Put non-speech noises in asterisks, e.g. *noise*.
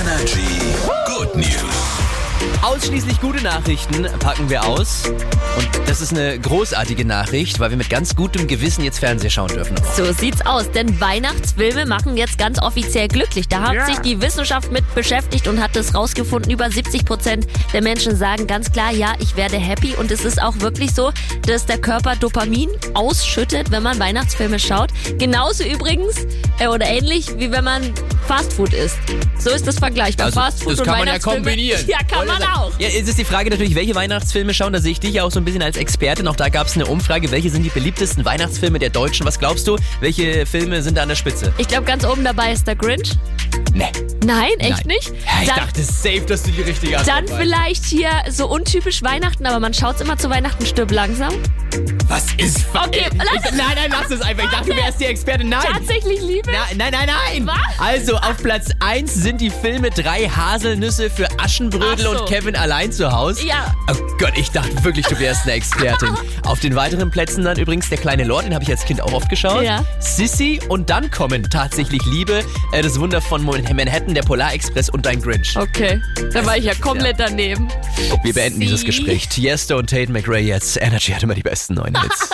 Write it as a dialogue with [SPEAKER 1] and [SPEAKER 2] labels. [SPEAKER 1] Energy. Good News.
[SPEAKER 2] Ausschließlich gute Nachrichten packen wir aus. Und das ist eine großartige Nachricht, weil wir mit ganz gutem Gewissen jetzt Fernseher schauen dürfen.
[SPEAKER 3] So sieht's aus, denn Weihnachtsfilme machen jetzt ganz offiziell glücklich. Da hat sich die Wissenschaft mit beschäftigt und hat das rausgefunden. Über 70 Prozent der Menschen sagen ganz klar, ja, ich werde happy. Und es ist auch wirklich so, dass der Körper Dopamin ausschüttet, wenn man Weihnachtsfilme schaut. Genauso übrigens äh, oder ähnlich wie wenn man Fastfood isst. So ist das vergleichbar.
[SPEAKER 2] Also,
[SPEAKER 3] Fastfood
[SPEAKER 2] das
[SPEAKER 3] und
[SPEAKER 2] kann man ja
[SPEAKER 3] Weihnachtsfilme.
[SPEAKER 2] kombinieren.
[SPEAKER 3] Ja, kann man auch.
[SPEAKER 2] Ja, jetzt ist die Frage natürlich, welche Weihnachtsfilme schauen. Da sehe ich dich ja auch so ein bisschen als Expertin. Auch da gab es eine Umfrage. Welche sind die beliebtesten Weihnachtsfilme der Deutschen? Was glaubst du? Welche Filme sind da an der Spitze?
[SPEAKER 3] Ich glaube, ganz oben dabei ist der Grinch.
[SPEAKER 2] Nee.
[SPEAKER 3] Nein, echt nicht?
[SPEAKER 2] Ja, ich
[SPEAKER 3] Dann-
[SPEAKER 2] dachte safe, dass du die richtige Antwort
[SPEAKER 3] Dann
[SPEAKER 2] weißt.
[SPEAKER 3] vielleicht hier so untypisch Weihnachten, aber man schaut's immer zu Weihnachten stirb langsam.
[SPEAKER 2] Was ist...
[SPEAKER 3] Okay, lass
[SPEAKER 2] Ich, nein, nein, lass es einfach. Ich dachte, du wärst die Expertin. Nein.
[SPEAKER 3] Tatsächlich Liebe?
[SPEAKER 2] Na, nein, nein, nein.
[SPEAKER 3] Was?
[SPEAKER 2] Also auf Platz 1 sind die Filme Drei Haselnüsse für Aschenbrödel
[SPEAKER 3] Ach so.
[SPEAKER 2] und Kevin allein zu Hause.
[SPEAKER 3] Ja.
[SPEAKER 2] Oh Gott, ich dachte wirklich, du wärst eine
[SPEAKER 3] *laughs*
[SPEAKER 2] Expertin. auf den weiteren Plätzen dann übrigens der kleine Lord, den habe ich als Kind auch oft geschaut.
[SPEAKER 3] Ja.
[SPEAKER 2] Sissy und dann kommen tatsächlich Liebe, äh, das Wunder von Mon- Manhattan, der Polarexpress und dein Grinch.
[SPEAKER 3] Okay, da war ich ja
[SPEAKER 2] komplett
[SPEAKER 3] komplett daneben.
[SPEAKER 2] Wir beenden dieses
[SPEAKER 3] Sie.
[SPEAKER 2] Gespräch. Tiesto und Tate McRae jetzt. Energy hat immer die besten neuen Hits.